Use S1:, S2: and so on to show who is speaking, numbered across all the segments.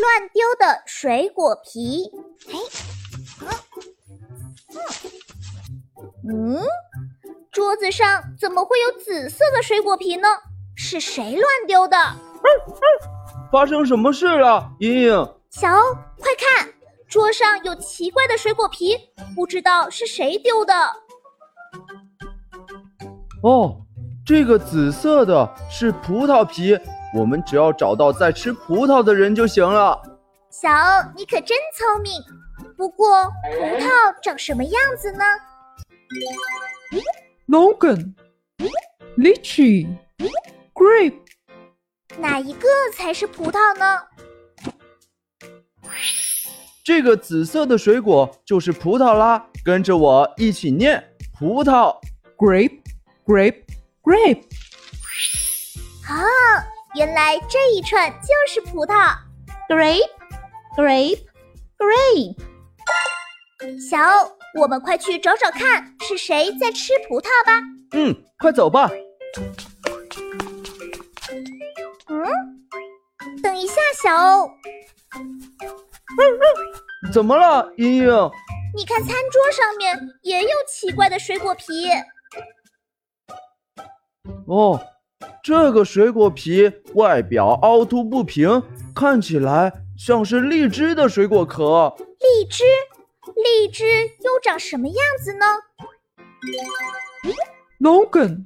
S1: 乱丢的水果皮。
S2: 哎，
S1: 嗯，桌子上怎么会有紫色的水果皮呢？是谁乱丢的？
S3: 发生什么事了？莹莹，
S1: 小欧，快看，桌上有奇怪的水果皮，不知道是谁丢的。
S3: 哦，这个紫色的是葡萄皮，我们只要找到在吃葡萄的人就行了。
S1: 小欧，你可真聪明。不过，葡萄长什么样子呢？
S4: Logan, lychee, grape,
S1: 哪一个才是葡萄呢？
S3: 这个紫色的水果就是葡萄啦，跟着我一起念葡萄。
S4: grape, grape, grape。
S1: 啊，原来这一串就是葡萄。
S2: grape, grape, grape。
S1: 小欧，我们快去找找看是谁在吃葡萄吧。
S3: 嗯，快走吧。
S2: 嗯
S1: 等一下，小欧，
S3: 怎么了，莹莹？
S1: 你看餐桌上面也有奇怪的水果皮。
S3: 哦，这个水果皮外表凹凸不平，看起来像是荔枝的水果壳。
S1: 荔枝，荔枝又长什么样子呢？
S4: Logan,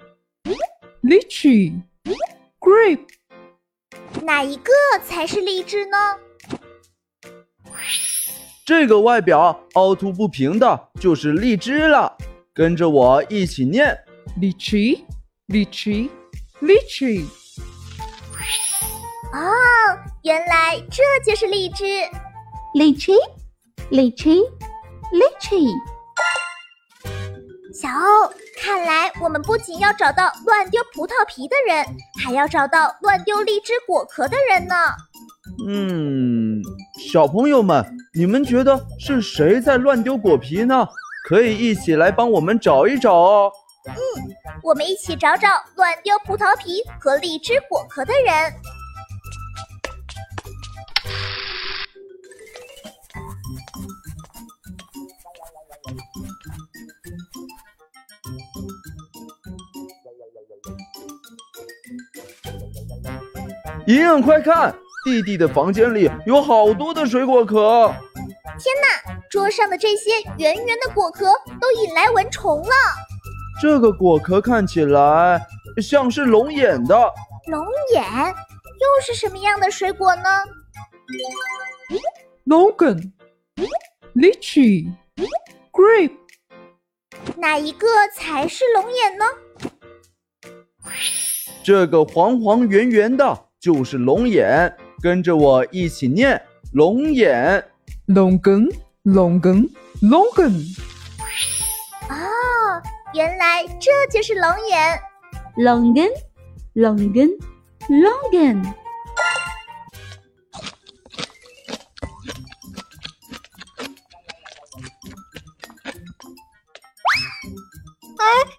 S4: lychee, grape,
S1: 哪一个才是荔枝呢？
S3: 这个外表凹凸不平的就是荔枝了。跟着我一起念，
S4: lychee, lychee, lychee。
S1: 哦，原来这就是荔枝。
S2: lychee, lychee, lychee。
S1: 小欧，看来我们不仅要找到乱丢葡萄皮的人，还要找到乱丢荔枝果壳的人呢。
S3: 嗯，小朋友们，你们觉得是谁在乱丢果皮呢？可以一起来帮我们找一找哦。
S1: 我们一起找找乱丢葡萄皮和荔枝果壳的人。
S3: 莹莹，快看，弟弟的房间里有好多的水果壳。
S1: 桌上的这些圆圆的果壳都引来蚊虫了。
S3: 这个果壳看起来像是龙眼的，
S1: 龙眼又是什么样的水果呢？
S4: Logan, lychee, grape,
S1: 哪一个才是龙眼呢？
S3: 这个黄黄圆圆的就是龙眼。跟着我一起念龙眼。
S4: Logan, Logan, Logan。
S1: 哦，原来这就是龙眼。
S2: longan, longan, longan。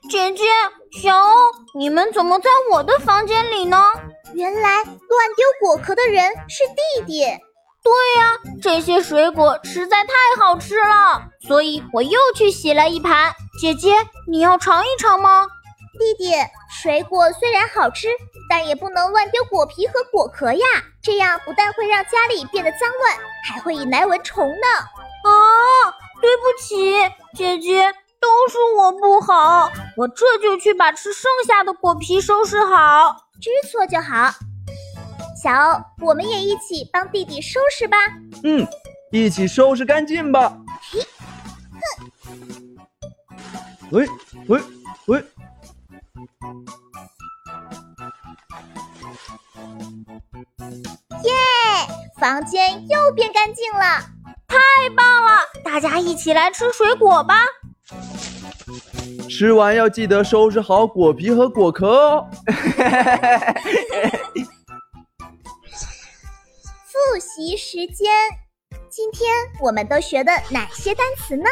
S1: 姐姐，小欧，你们怎么在我的房间里呢？原来乱丢果壳的人是弟弟。
S5: 这些水果实在太好吃了，所以我又去洗了一盘。姐姐，你要尝一尝吗？
S1: 弟弟，水果虽然好吃，但也不能乱丢果皮和果壳呀，这样不但会让家里变得脏乱，还会引来蚊虫呢。
S5: 啊，对不起，姐姐，都是我不好，我这就去把吃剩下的果皮收拾好。
S1: 知错就好。小欧，我们也一起帮弟弟收拾吧。
S3: 嗯，一起收拾干净吧。喂喂喂！
S5: 哎
S1: 房间又变干净了。
S5: 大家一起来吃水果吧。
S3: 吃完要记得收拾好果皮和果壳哦。
S1: 复习时间，今天我们都学的哪些单词呢？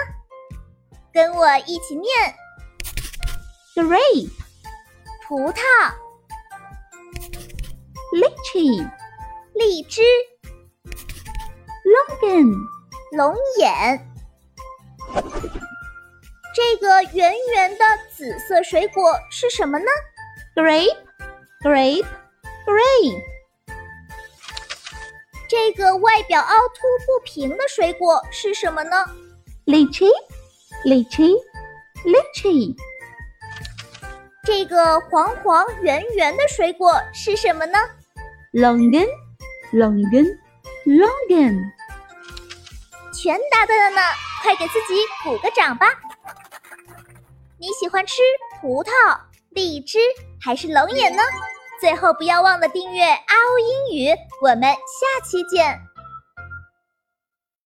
S1: 跟我一起念
S2: grape,
S1: 葡萄、
S2: lychee,
S1: 荔枝、
S2: longan,
S1: 龙眼。这个圆圆的紫色水果是什么呢？
S2: grape, grape, grape,
S1: 这个外表凹凸不平的水果是什么呢？
S2: lychee, lychee, lychee,
S1: 这个黄黄圆圆的水果是什么呢？
S2: longan, longan, longan.
S1: 全答对了呢！快给自己鼓个掌吧！你喜欢吃葡萄、荔枝还是龙眼呢？最后不要忘了订阅“阿欧英语”，我们下期见。